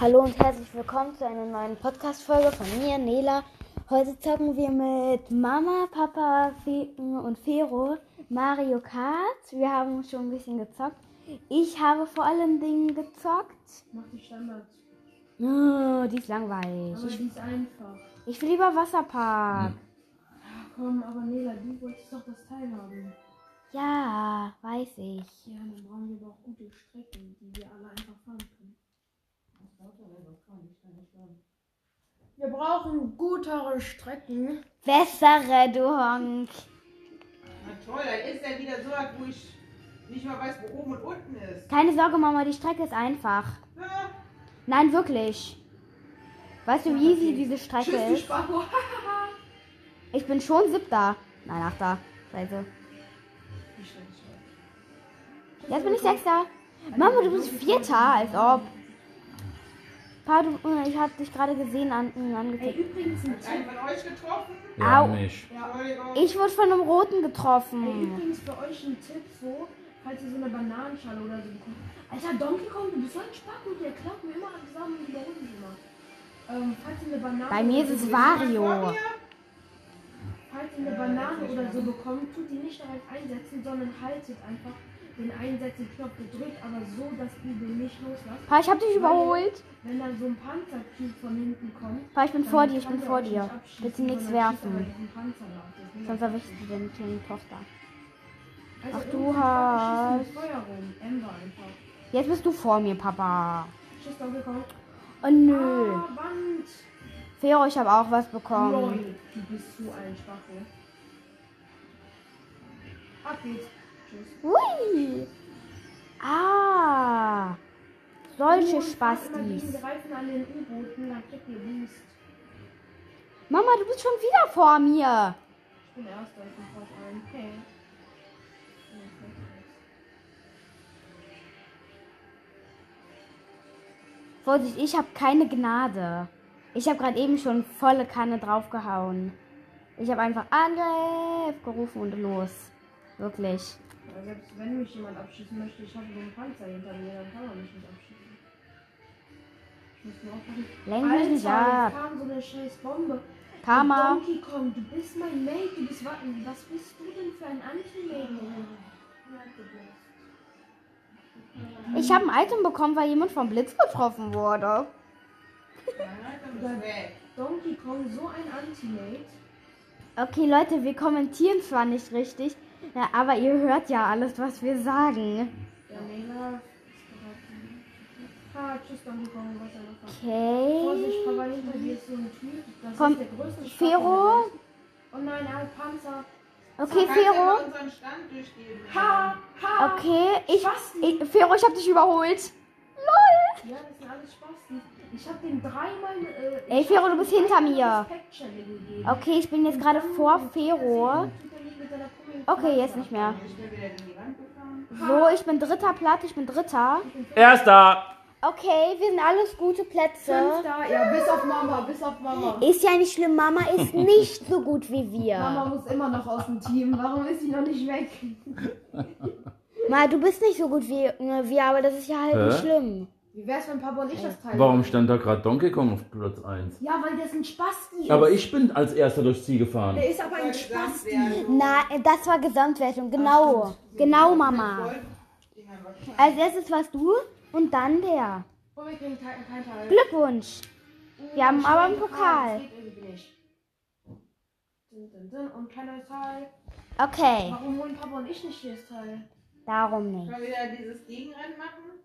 Hallo und herzlich willkommen zu einer neuen Podcast-Folge von mir, Nela. Heute zocken wir mit Mama, Papa Fe und Fero Mario Kart. Wir haben schon ein bisschen gezockt. Ich habe vor allen Dingen gezockt. Mach die Standards. Oh, die ist langweilig. Aber die ist einfach. Ich will lieber Wasserpark. Ach komm, aber Nela, du wolltest doch das Teil haben. Ja, weiß ich. Ja, dann brauchen wir aber auch gute Strecken, die wir alle einfach fahren können. Wir brauchen gutere Strecken. Bessere, du Honk. Na toll, da ist ja wieder so was, wo ich nicht mal weiß, wo oben und unten ist. Keine Sorge, Mama, die Strecke ist einfach. Ha, Nein, wirklich. Weißt du, wie easy diese Strecke Tschüss, die ist? Sparo. Ich bin schon siebter. Nein, achter. Scheiße. wie schlecht ich war. Jetzt bin ich sechster. Mama, du bist vierter, als ob. Pa, du, äh, ich hab dich gerade gesehen an, äh, Ey, angetickt. übrigens ein Hat Tipp. einen von euch getroffen? Ja, Au. mich. Entschuldigung. Ich wurde von einem Roten Ey, getroffen. übrigens für euch ein Tipp so, falls ihr so eine Bananenschale oder so bekommt. Alter, Donkey Kong, du bist so ein Spacko, der klaut mir immer zusammen und überholt mich immer. Ähm, falls ihr eine Banane Bei mir ist es Wario. Falls ihr eine Banane oder so bekommt, tut die nicht direkt einsetzen, sondern haltet einfach den Einsetzen-Knopf gedrübelt, aber so, dass ihr den nicht loslasst. Pa, ich hab dich überholt. Wenn dann so ein Panzertyp von hinten kommt, Pa, ich bin dann vor dir, ich kann bin der vor euch dir. nicht abschießen, Bitte nichts sondern schießt aber werfen. diesen Panzer nach. Das ist Sonst mega erwischst du den kleinen Tochter. also Ach, du irgendwie war- hast- schießt mit Feuer rum. Ember einfach. Jetzt bist du vor mir, Papa. Schießt doch gekommen. Oh nö. Ah, Wand. Fero, ich hab auch was bekommen. Lol, du bist so ein Schwachel. Ab geht's. Tschüss. Hui. Ah. Solche Spastis. Greifen an den U-Booten, dann kriegt ihr Boost. Mama, du bist schon wieder vor mir. Ich bin erster, ich bin fast ein. Hey. Ja, ich weiß nicht. Vorsicht, ich habe keine Gnade. Ich habe gerade eben schon volle Kanne draufgehauen. Ich habe einfach Angriff gerufen und los. Wirklich. Aber selbst wenn mich jemand abschießen möchte, ich habe nur einen Panzer hinter mir, dann kann man mich nicht abschießen. Ich muss nur aufpassen. Lenk mich nicht Alter, ab. jetzt kam so eine scheiß Bombe. Karma. Donkey Kong, du bist mein Mate, du bist wa- was bist du denn für ein Anti-Mate? Ich habe ein Item bekommen, weil jemand vom Blitz getroffen wurde. Nein, dann bist du weg. Donkey Kong, so ein Anti-Mate. Okay, Leute, wir kommentieren zwar nicht richtig, na, aber ihr hört ja alles, was wir sagen. Ja, Nela ist bereit. Ha, tschüss, Donkey Kong, was er noch hat. Vorsicht, Okay. Papa, hinter dir ist so ein Typ. Das Komm, ist der größte Schwache Fero? der Welt. Oh nein, er hat Panzer. Okay, Kannst ja mal Fero. unseren Stand durchgeben. Ha, ha. Okay, ich, Spasten. ich Fero, ich habe dich überholt. Ja, das sind alles Spasten. Ich hab den dreimal. Äh, Ey, ich Fero, du hab dem bist hinter dreimal mir. Respekt-Challenge gegeben. Okay, ich bin jetzt gerade vor Fero. Okay, jetzt nicht mehr. Ich bin wieder in die Wand gefahren. So, ich bin dritter Platz, ich bin dritter. Erster. Okay, wir sind alles gute Plätze. Fünfter, ja, bis auf Mama, bis auf Mama. Ist ja nicht schlimm, Mama ist nicht so gut wie Mama wir. muss immer noch aus dem Team. Warum ist sie noch nicht weg? Ma, du bist nicht so gut wie äh, wir, aber das ist ja halt Hä? nicht schlimm. Wie wär's, wenn Papa und ich das Teil Warum stand da gerade Donkey Kong auf Platz 1? Ja, weil das ein Spasti ist. Aber ich bin als erster durchs Ziel gefahren. Der ist aber ein Gesamt Spasti. werden. Na, äh, das war Gesamtwertung, genau. Genau, Mama. Die haben wir schon. Als erstes warst du und dann der. Und Oh, wir kriegen kein kein Teil. Glückwunsch. Wir haben aber einen Pokal. Das geht irgendwie nicht. Dun, dun, dun. Und keiner Teil. Okay, Warum holen Papa und ich nicht das Teil? darum nicht. Können wir wieder dieses Gegenrennen machen?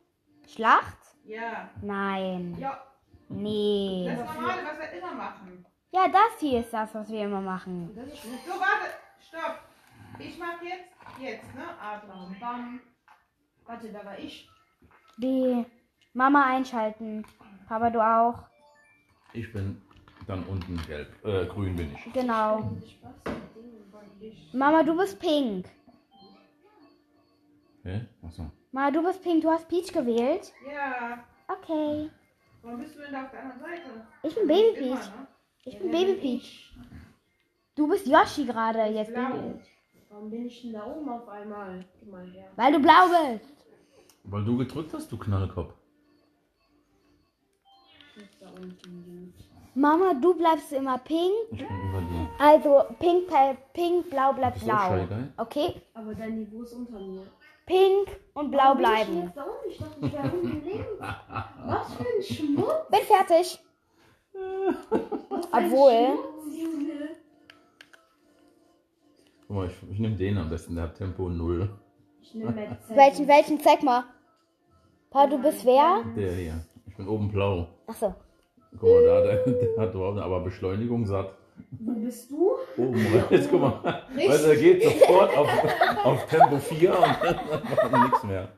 Schlacht? Ja. Nein. Ja, Das Nee. normale, was wir immer machen. Ja, das hier ist das, was wir immer machen. das ist schlecht. So, warte. Stopp. Ich mach jetzt. Jetzt, ne? Adler. Bam, bam. Warte, da war ich. Die Mama einschalten. Papa, du auch. Ich bin dann unten gelb. Äh, grün bin ich. Genau. Ich Mama, du bist pink. Hä? Achso. Mama, du bist pink. Du hast Peach gewählt. Ja. Okay. Warum bist du denn da auf der anderen Seite? Ich bin Baby Immer, Peach. ne? Ich bin Baby Peach. Du bist Yoshi gerade. Jetzt bin Blau. ich. Warum bin ich denn da oben auf einmal? Geh mal her. Weil du blau bist. Weil du gedrückt hast, du Knallkopf. jetzt da unten, Jungs. Mama, du bleibst immer pink. Ich bin über dir. Also pink, pal- pink, blau bleibt Bist du auch blau. shy guy? Okay? Aber dein Niveau ist unter mir. Pink und blau Warum bin Ich denn bleiben. jetzt da unten? Ich dachte, ich wäre unten links. Was für ein Schmutz. Bin fertig. Was für ein Obwohl. Schmutz, Junge. Guck mal, ich, ich nehme den am besten. Der hat Tempo 0. Ich nehme Mercedes. Welchen, welchen? Zeig mal. Pa, du bist wer? Der hier. Ich bin oben blau. Achso. Guck mal, da, der, der hat überhaupt aber Beschleunigung satt. Wo bist du? Oben rechts, guck mal. Richtig. Also er geht sofort auf, auf Tempo 4 und dann nichts mehr.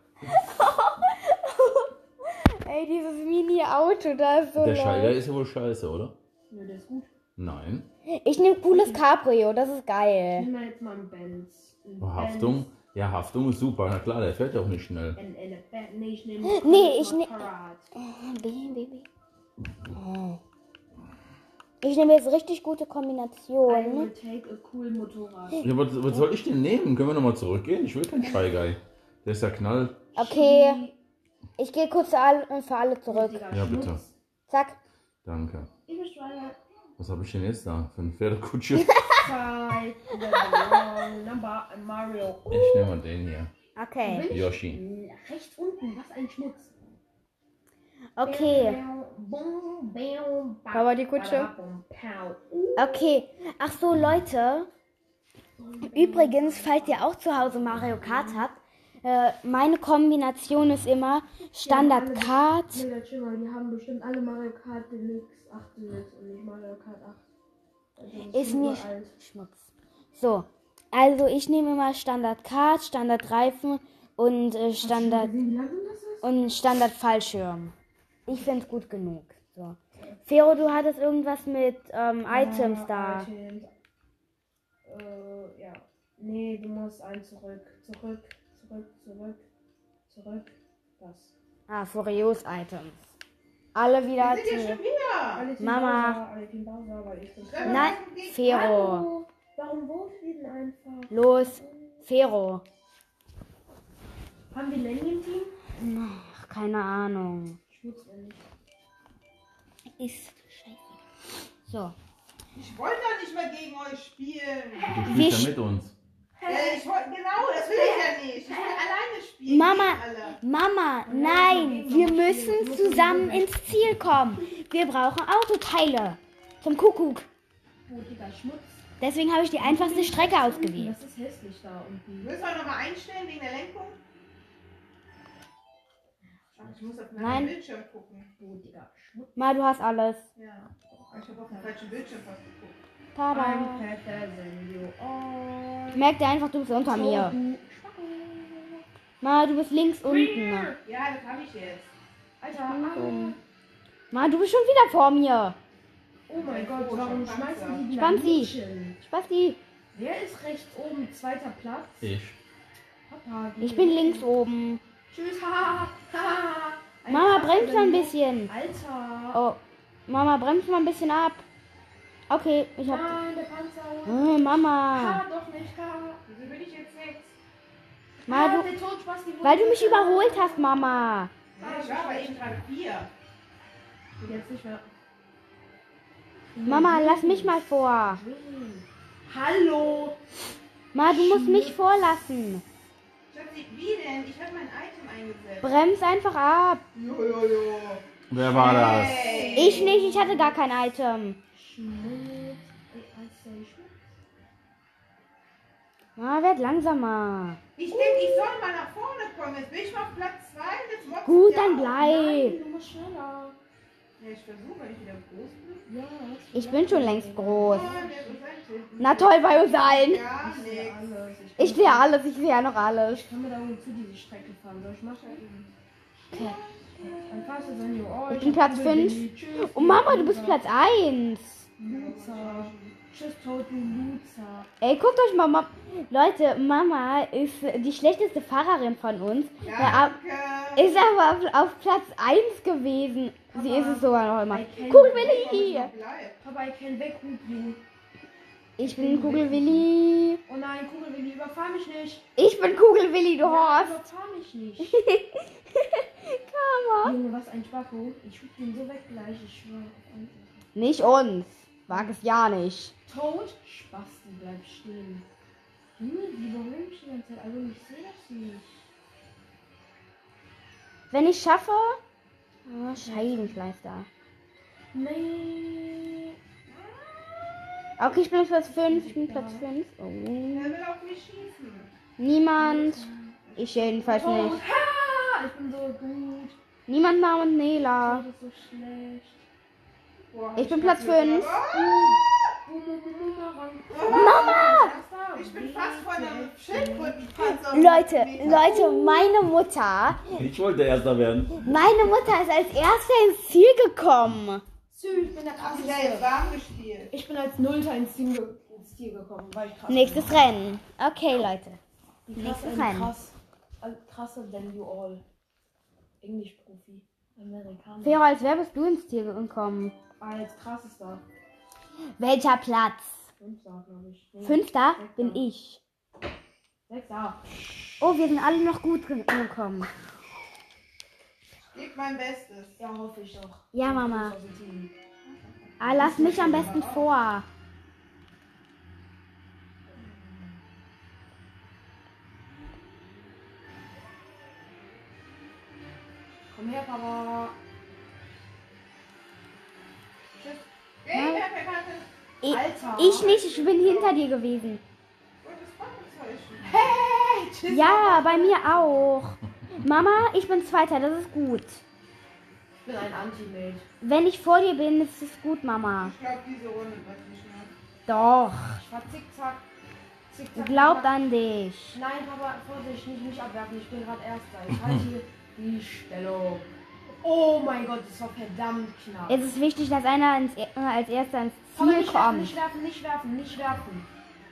Ey, dieses Mini-Auto, da ist so Der Schalter lol. ist ja wohl scheiße, oder? Nö, der ist gut. Nein. Ich nehme cooles Cabrio, das ist Ich geil. nehme jetzt mal einen Benz. Ein Oh, Haftung? Ähm. Ja, Haftung ist super. Na klar, der fährt ja auch nicht schnell. Benz. Ein Elefant. Nee, ich nehme. Nee, ich ne- Fahrrad. Baby. Oh. Ich nehme jetzt richtig gute I will Kombinationen. take a cool Motorrad. Hm. Ja, was, was soll ich denn nehmen? Können wir nochmal zurückgehen? Ich will keinen Shy Guy. Der ist ja knall. Okay, ich gehe kurz für alle, für alle zurück. Ja, bitte. Zack. Danke. Ich bin schwanger. Was habe ich denn jetzt da für eine Pferdekutsche? Zeit. Number Mario. Ich nehme mal den hier. Okay. Bin ich Hm, Yoshi. Rechts unten. Was ein Schmutz. Okay. Bum, bum, ba- Aber die Kutsche. bum, pow. Uh, Okay. Ach so, Leute. Übrigens, falls ihr auch zu Hause Mario Kart habt, äh, meine Kombination ist immer Standard Kart. Mega chill, weil die haben bestimmt alle Mario Kart Deluxe 8 Deluxe und nicht Mario Kart 8. Also das Ist nur mir alt. Schmutz. So. Also, ich nehme immer Standard Kart, Standard Reifen und äh, Hast Standard du gesehen, wie lang das ist? und Standard Fallschirm. Ich find's gut genug. So. Fero, du hattest irgendwas mit ähm, Items Ah, da. Items. Äh, ja. Nee, du musst ein zurück. Zurück, zurück, zurück, zurück. Das. Ah, Furios Items. Alle wieder Wir sind ja schon zu. wieder. Alles in Mama. Bowser, alles in Bowser, weil ich das- Sag mal, Nein, was ist denn- Fero. Hallo. Warum wohnt ihr denn einfach? Los, Fero. Haben wir Lenny im Team? Ach, keine Ahnung. Schmutz, wenn nicht. Ist scheiße. So. Ich wollte doch nicht mehr gegen euch spielen. Du Wir spielst sch- ja mit uns. Äh, ich wollte, genau, das will ich ja nicht. Ich will alleine spielen. Mama. gegen alle. Mama, nein, wir müssen zusammen ins Ziel kommen. Wir brauchen Autoteile. Zum Kuckuck. Oh, Digga, Schmutz. Deswegen habe ich die einfachste Strecke ausgewählt. Das ist hässlich da unten. Müssen wir nochmal einstellen wegen der Lenkung? Ach, ich muss auf Nein. meinen Bildschirm gucken. Oh, Digga, Schmutz. Ma, du hast alles. Ja. Ich habe auf den falschen Bildschirm fast geguckt. Tada. I'm better than you all. Merk dir einfach, du bist unter mir. Ma, du bist links unten. Ja, das habe ich jetzt. Alter, ah. Ma, du bist schon wieder vor mir. oh mein Gott, warum schmeißen die Spanzi. Magnetchen? Spasti, Wer ist rechts oben, zweiter Platz? Ich. Papa, wie- ich bin links oben. Tschüss, ha, ha. Ein Mama, Platz bremst mal ein überlebt. bisschen. Alter. Oh, Mama, bremst mal ein bisschen ab. Okay, ich hab... Nein, der Panzer. Oh, Mama. Ha, doch nicht, ha. Wieso bin ich jetzt sechs? Ma, ah, du- der Totschpaß, die wurde- Weil du mich überholt hast, Mama. Ja, Ah, ich war aber eben gerade vier. Jetzt nicht mehr. Mama, lass mich mal vor. Hallo. Ma, du musst mich vorlassen. Schatzi, wie denn? Ich habe mein Item eingesetzt. Brems einfach ab. Jojojo. Jo, Wer war das? Hey. Ich nicht, ich hatte gar kein Item. Schmidt. Ich heiße Schmidt. Ma, werd langsamer. Ich denke, ich soll mal nach vorne kommen. Jetzt bin ich mal auf Platz 2. Jetzt motzt Gut, mich dann auf. bleib. Nein, du musst schneller. Ja, ich versuche, wenn ich wieder groß bin. Ja, Ich bin schon längst groß. Oh, der ist ein Schild. Na toll, bei uns allen. Ja, Ich sehe nix. alles. Ich sehe alles, ich sehe ja noch alles. Ich kann mir da irgendwie zu diese Strecke fahren. Soll ich machen? Okay. Dann fahrst du dann hier. Oh, Ich hab bin Platz Kugel, fünf. Willi. Tschüss. Oh Mama, du bist Platz 1. Luzer. Tschüss, Toten Luzer. Ey, guckt euch mal, Ma Leute, Mama ist die schlechteste Fahrerin von uns. Ja, ab- Danke. ist aber auf, auf Platz 1 gewesen. Sie ist es sogar noch immer. I can- Cool, Ich Willi! bleib. Papa, I can backhook you. Ich bin Kugelwilli. Oh nein, Kugelwilli, überfahr mich nicht. Ich bin Kugelwilli, du Nein, Horst. Überfahr mich nicht. Karma. Junge, was ein Spacko. Ich schub den so weg gleich, ich schwöre. auf alles. Nicht uns. Wag es ja nicht. Toad, Spasti, bleib stehen. Junge, die berühren mich die ganze Zeit, also ich sehe das nicht. Wenn ich schaffe. Oh, Scheibenkleister. Nee. Okay, ich bin auf Platz 5. Ich bin Platz 5. Oh. Er will auf mich schießen. Niemand. Ich jedenfalls Oh, Toad, nicht. ha! Ich bin so gut. Niemand namens Nela. Toad ist so schlecht. Boah, hab Ich bin Platz fast fünf. Boom, boom, boom, boom, Mama! Oh, mit- Ich bin fast vor einem Schildkrötenpanzer. Leute, Leute, meine Mutter. Ich wollte Erster werden. Meine Mutter ist als erste ins Ziel gekommen. Sü, ich bin der Hab ich ja jetzt krasseste. warm gespielt. Ich bin als Nullter ins Team, ge ins Team gekommen, weil ich krass Nächstes Rennen. Okay, Leute. bin. Krass, nächstes ein Rennen. krass, ein krasser than you all. Englisch-Profi. Amerikaner. Vero, als wer bist du ins Ziel gekommen? Als krassester. Welcher Platz? Fünfter, glaube ich. Nee, Fünfter bin ich. Sechster. Oh, wir sind alle noch gut ge- gekommen. Gib mein Bestes. Ja, hoffe ich doch. Ja, Mama. Aus dem Team. Ah, lass mich am besten vor. Komm her, Papa. Tschüss. Hey, wer kann Ich, Alter. ich nicht, ich bin hinter dir gewesen. Gutes Backenzeichen. Ja, bei mir auch. Mama, ich bin Zweiter, das ist gut. Ich bin ein Anti-Mate. Wenn ich vor dir bin, ist es gut, Mama. Ich glaube, diese Runde wird nicht mehr. Doch, Ich fahr zickzack. Zickzack. glaubt an dich. Nein, Papa, Vorsicht, nicht mich abwerfen. Ich bin gerade Erster. Ich halte hier die Stellung. Oh mein Gott, das war verdammt knapp. Es ist wichtig, dass einer ins, äh, als erster ins Papa, Ziel nicht werfen, nicht kommt. werfen, nicht werfen, nicht werfen.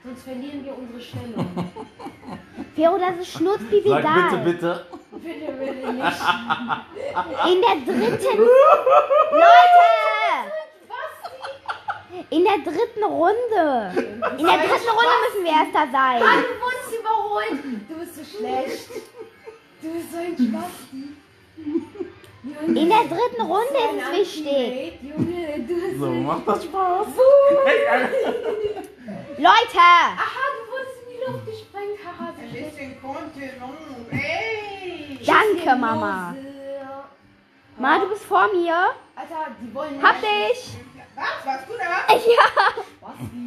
Sonst verlieren wir unsere Stellung. Fero, das ist Schnurzpipi Sag da. bitte, bitte. bitte, bitte nicht. In der dritten. Leute! In der dritten Runde. In der dritten Runde müssen wir erster sein. Du wurdest überholt. Du bist so schlecht. Du bist so ein Spasti. Junge, In der dritten Runde so ein ist es wichtig. Anti-Mate. Junge, du bist So, macht das Spaß. Leute! Aha, du wurdest in die Luft gesprengt. Haha, so Ein schlecht. bisschen Kontenance. Ey! Danke, Mama. Ma, du bist vor mir. Alter, die wollen Hab dich! Was? Warst du da? Spasti.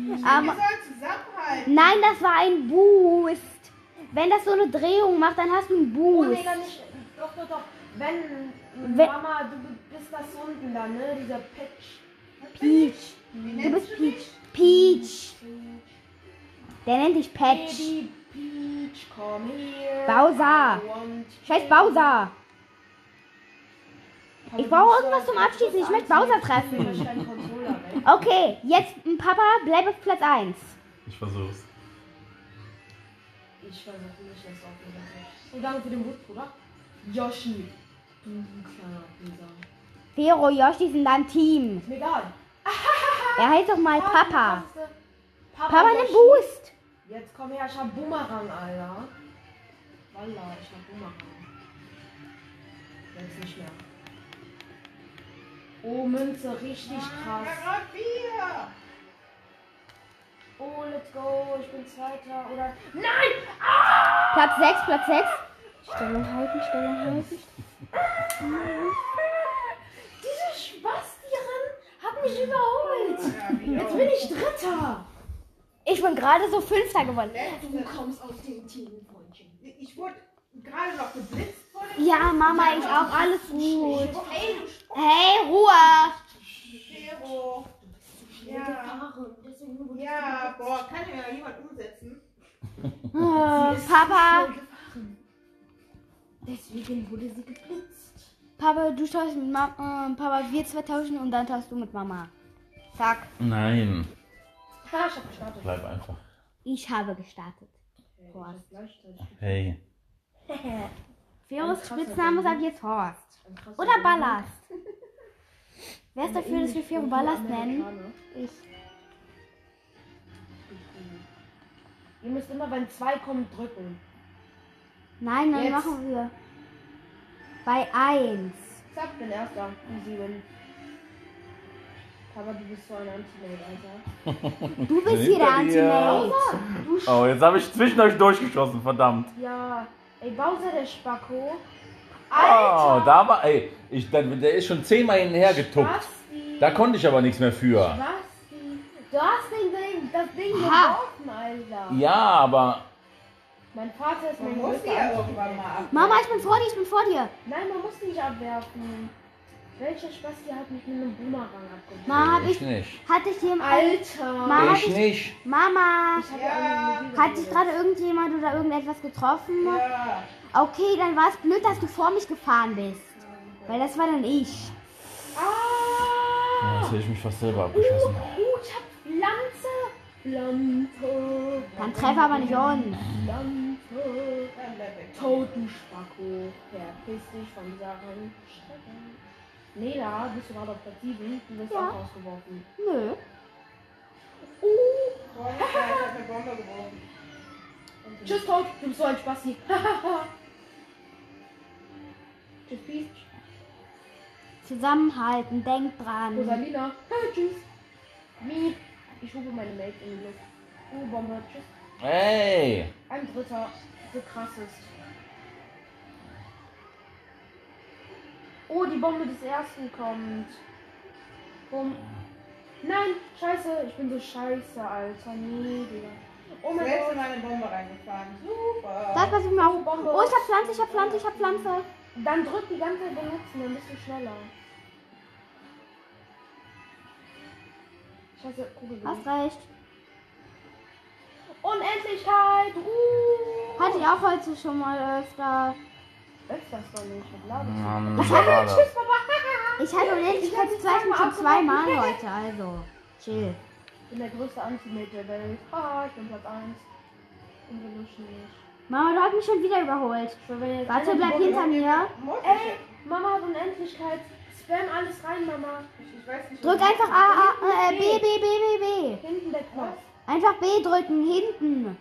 Ähm, Wir sollen zusammenhalten. nein, das war ein Boost. Wenn das so eine Drehung macht, dann hast du einen Oh, Boost. Digga, nicht. Doch, doch, doch. Wenn, Wenn- Mama, du bist das unten da, ne? Dieser Patch. Peach. Wie Du nennst bist du Peach. mich? Peach. Der nennt dich Patch. Baby Peach, komm her. Bowser. I want Scheiß you. Bowser. Komm, Ich brauche du irgendwas bist zum ein Abschießen. Ich möchte Anti- Bowser treffen. Ich möchte deinen Controller weg. Okay, jetzt, m, Papa, bleib auf Platz 1. Ich versuch's. Ich versuche nicht, das auch wieder so. Und danke für den Wut, Bruder. Yoshi. Du kleiner Bruder. Fero, Yoshi sind dein Team. Ist mir egal. Er heißt doch mal Papa. Papa, Papa, Papa, nimm Yoshi. Boost. Jetzt komm her, ich hab Bumerang, Alter. Walla, ich hab Bumerang. Jetzt nicht mehr. Oh, Münze, richtig krass. Karat Bier. Oh, let's go, ich bin Zweiter, oder? Platz 6, Platz 6. Stellung halten, Stellung halten. Diese Spastieren hat mich überholt. Ja, wie Jetzt bin ich Dritter. Ich bin gerade so Fünfter geworden. Du kommst aus dem Team, Freundchen. auch. Ich wurde gerade noch geblitzt vor dem Ja, Mama, ich auch. Alles gut. Hey, du Hey, Ruhe. Schero. Ja. Gefahren, deswegen wurde ich Ja, boah, kann ja jemand umsetzen. Äh, geblitzt. Papa, Sie ist gefahren. Deswegen wurde sie geblitzt. Papa, du tauschst mit Mama. Äh, Papa, wir zwei tauschen und dann tauschst du mit Mama. Zack. Nein. Ha, ich hab gestartet. Bleib einfach. Ich habe gestartet. Okay, ich hab gleichzeitig. Hey. Feros Ein krasser Spitzname ist ab Typ. jetzt Horst. Ein krasser Oder Mann. Ballast. Wer ist dafür, dass wir Fero Ein Ballast nennen? Amerikaner. Ich. Ich Ihr müsst immer, wenn zwei kommen, drücken. Nein, dann Jetzt. machen wir bei 1. Zack, bin erster. Easy win. Aber du bist so ein Antimate, Alter. Du bist hier der Anti-Mate. Du Sch Oh, jetzt habe ich zwischen euch durchgeschossen, verdammt. Ja. Ey, Bowser, der Spacko. Oh, da war, ey, ich, der, der ist schon zehnmal hinterher getuppt. Basti. Da konnte ich aber nichts mehr für. Basti. Du hast den, Ding- das Ding Ha. gebrochen, Alter. Ja, aber Mein Vater ist Man mein muss die größter ja Anti-Held. irgendwann mal ab. Mama, ich bin vor dir, ich bin vor dir. Nein, man muss die nicht abwerfen. Welcher Spasti hat mich mit einem Boomerang abgeworfen? Mama, hab ich ich, nicht. hatte ich jemand. Alter. Ma- hab Ich ich- nicht. Mama, Ich hab Ja. irgendwie hat Halt dich gerade irgendjemand oder irgendetwas getroffen? Ja. Okay, dann war es blöd, dass du vor mich gefahren bist. Weil das war dann ich. Ah! Jetzt hätte ich mich fast selber abgeschossen. Hm. Uh, ich hab Lanze. Lanze. Dann treffe aber nicht uns. Lanze. Dann bleib weg. Totenspacko. Verpiss dich von dieser Rennstrecke. Nela, bist du gerade auf Platz 7? Du wirst Ja. auch rausgeworfen. Uh, Nö. Vorhin hat er eine Bombe geworfen. Tschüss, Tod. Du bist so ein Spasti. Tschüss, Peace. Zusammenhalten, denk dran. Rosalina. Ah, tschüss. Miep. Ich rufe meine Mates in die Luft. Oh, Bombe. Tschüss. Ey, Ein dritter. So krass ist. Oh, die Bombe des ersten kommt. Bumm. Nein, scheiße. Ich bin so scheiße, Alter. Nee, Digga. Oh mein Selbst Gott. in meine Bombe reingefahren. Super. Das pass ich mir auf. Oh, ich hab Pflanze, ich hab Pflanze, ich hab Pflanze. Dann drück die ganze Zeit benutzen, dann bist du schneller. Scheiße, Kugel. Hast recht. Unendlichkeit! Uh! Hatte ich auch heute schon mal öfter. Öfters doch nicht, was laberst du? Mann, Banane. Ich hatte Unendlichkeitszeichen schon zweimal heute, also. Chill. Ich bin der größte Antimate der Welt. Haha, ich bin Platz 1. Und wir luschen nicht. Mama, du hast mich schon wieder überholt. Ich will, wenn jetzt Warte, einer bleib die Bombe- hinter mir. Muss ich Ey, Mama hat Unendlichkeit. Spam alles rein, Mama. jetzt? Ich weiß nicht, Drück was- einfach A, A, äh, B, B, B, B, B. Hinten der Knopf. Einfach B drücken, hinten.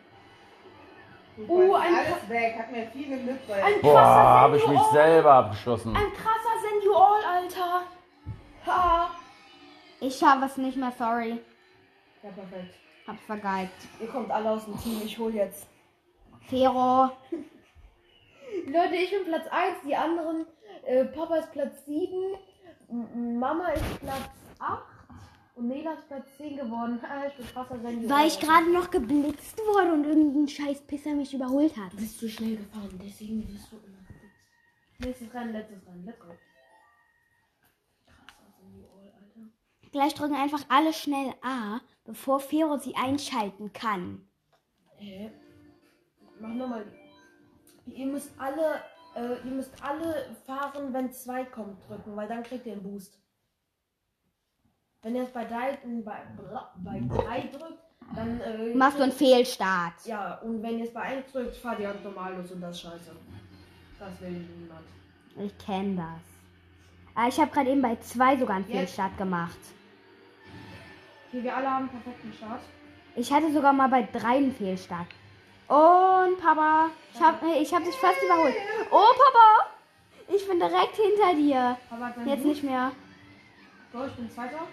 Du Uh, wolltest ein- alles weg. Hat mir viel genützt. weil- Ein Boah, krasser habe ich Send mich You All. selber abgeschossen. Ein krasser Send You All, Alter. Ha. Ich schaff es nicht mehr, sorry. Ja, perfekt. Hab's vergeigt. Ihr kommt alle aus dem Team, ich hol jetzt. Fero. Leute, ich bin Platz 1, die anderen. Äh, Papa ist Platz 7, M- Mama ist Platz 8 und Nela ist Platz 10 geworden. Ah, ich bin krasser Send You Weil All. ich gerade noch geblitzt wurde und irgendein scheiß Pisser mich überholt hat. bist du schnell gefahren, deswegen bist du immer geblitzt. Nächstes Rennen, letztes Rennen, let's go. Krass, also die All, Alter. Gleich drücken einfach alle schnell A, bevor Fero sie einschalten kann. Hä? Mach nochmal. Ihr müsst alle, äh, ihr müsst alle fahren, wenn zwei kommt, drücken, weil dann kriegt ihr einen Boost. Wenn ihr es bei drei, bei, bei drei drückt, dann äh, Machst du einen Fehlstart. Ja, und wenn ihr es bei 1 drückt, fahrt ihr ganz normal los und das ist scheiße. Das will niemand. Ich kenne das. Aber ich habe gerade eben bei zwei sogar einen Fehlstart gemacht. Hier, wir alle haben einen perfekten Start. Ich hatte sogar mal bei drei einen Fehlstart. Und Papa, ich habe ich hab dich fast überholt. Oh Papa, ich bin direkt hinter dir. Aber dann Jetzt nicht mehr. So, ich bin Zweiter.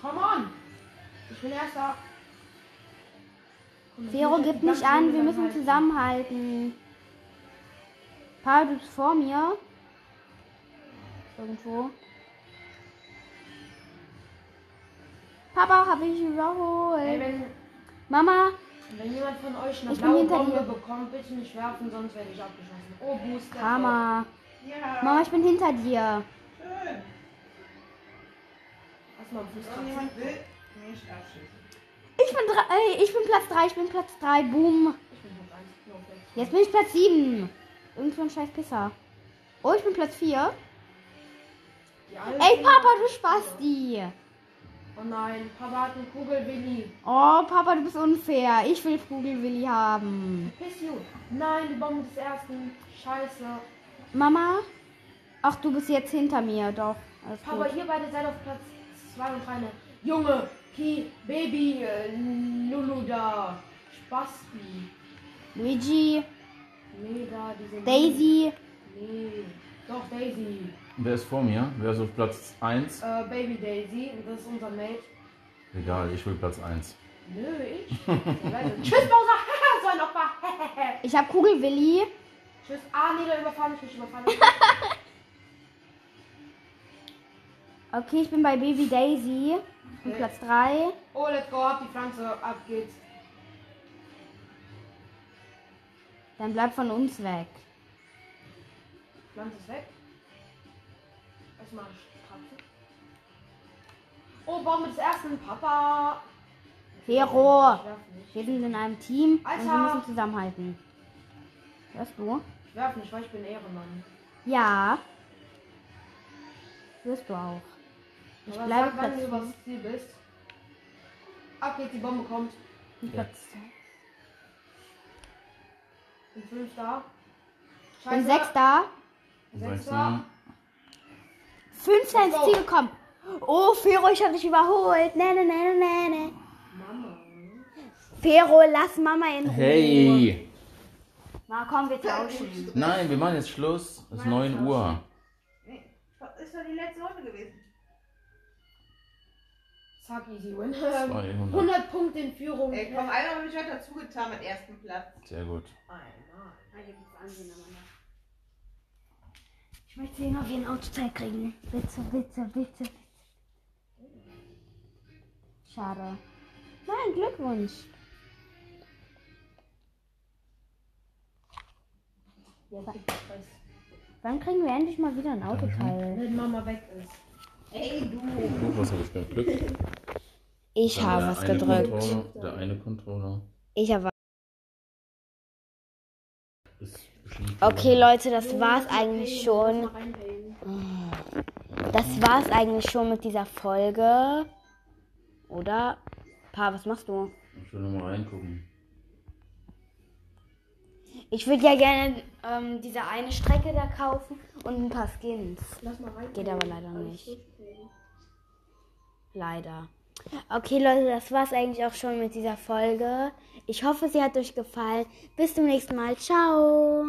Come on! Ich bin Erster. Komm, Vero, ich bin gib die nicht ganze an, Runde wir müssen halten. zusammenhalten. Papa, du bist vor mir. Irgendwo. Papa, habe ich Ey, überholt. wenn, Mama, wenn jemand von euch eine Ich bin blaue hinter Bombe dir. bekommt, bitte nicht werfen, sonst werde ich abgeschossen. Oh, Boost. Karma. Ja. Mama, ich bin hinter dir. Schön. Erstmal am Fuß kratzen. Irgendjemand will mich abschießen. Ich bin, drei, ich bin Platz 3, ich bin Platz 3, boom. Ich bin Platz 1. No, Platz Jetzt bin ich Platz 7. Irgend so ein scheiß Pisser. Oh, ich bin Platz 4. Die alle Ey, sind- Papa, du Spasti. Oh nein, Papa hat einen Kugelwilli. Oh, Papa, du bist unfair. Ich will Kugelwilli haben. Piss you. Nein, die Bombe des Ersten. Scheiße. Mama? Ach, du bist jetzt hinter mir, doch. Alles Papa, gut. ihr beide seid auf Platz 2 und 3. Junge, Ki, Baby, äh, Lulu da, Spasti, Luigi, nee, da, diese. Daisy, Nee, doch, Daisy. Wer ist vor mir? Wer ist auf Platz 1? Äh, Baby Daisy, das ist unser Mate. Egal, ich will Platz 1. Nö, ich. Tschüss, Bowser, haha, so ein Opfer. ich habe Kugelwilli. Tschüss, ah, nee, da überfahren mich nicht, überfahren mich. Okay, ich bin bei Baby Daisy. Und Okay. Platz 3. Oh, let's go, ab die Pflanze, ab geht's. Dann bleib von uns weg. Pflanze ist weg. Erstmal Straße. Oh, bauen wir das erste Papa. Hero. Ich werf nicht. Wir sind in einem Team und wir Alter. müssen zusammenhalten. Hörst du? Ich werf nicht, weil ich bin Ehrenmann. Ja. Hörst du auch. Ich Aber bleibe sag, wann Platz du über 5. das Ziel bist. Ab geht's, die Bombe kommt. Platz Bin fünf da. Ich bin Sechster. Sechster. Fünfter ins Go. Ziel gekommen. Oh, Fero, ich hab dich überholt. Ne, ne, ne, ne, ne, ne. Fero, lass Mama in Ruhe. Hey! Na komm, wir tauschen. Nein, wir machen jetzt Schluss. Es ist 9 Uhr. Nee, das ist doch die letzte Runde gewesen. Zack, easy win. 200. 100 Punkte in Führung. Ey, komm, einer hat mich heute dazugetan mit ersten Platz. Sehr gut. Einmal. Ich möchte sehen, ob wir einen Autoteil kriegen. Bitte, bitte, bitte. bitte. Schade. Nein, Glückwunsch. Wann kriegen wir endlich mal wieder ein Autoteil? Wenn Mama weg ist. Ey, du. Gut, was habe ich denn Glück? Ich Dann habe der was eine gedrückt. Controller- Der eine Controller Ich habe ist bestimmt. Okay, Leute, das war's eigentlich schon. Das war's eigentlich schon mit dieser Folge. Oder? Pa, was machst du? Ich will nochmal reingucken. Ich würde ja gerne ähm, diese eine Strecke da kaufen und ein paar Skins. Geht aber leider nicht. Leider. Okay, Leute, das war's eigentlich auch schon mit dieser Folge. Ich hoffe, sie hat euch gefallen. Bis zum nächsten Mal. Ciao.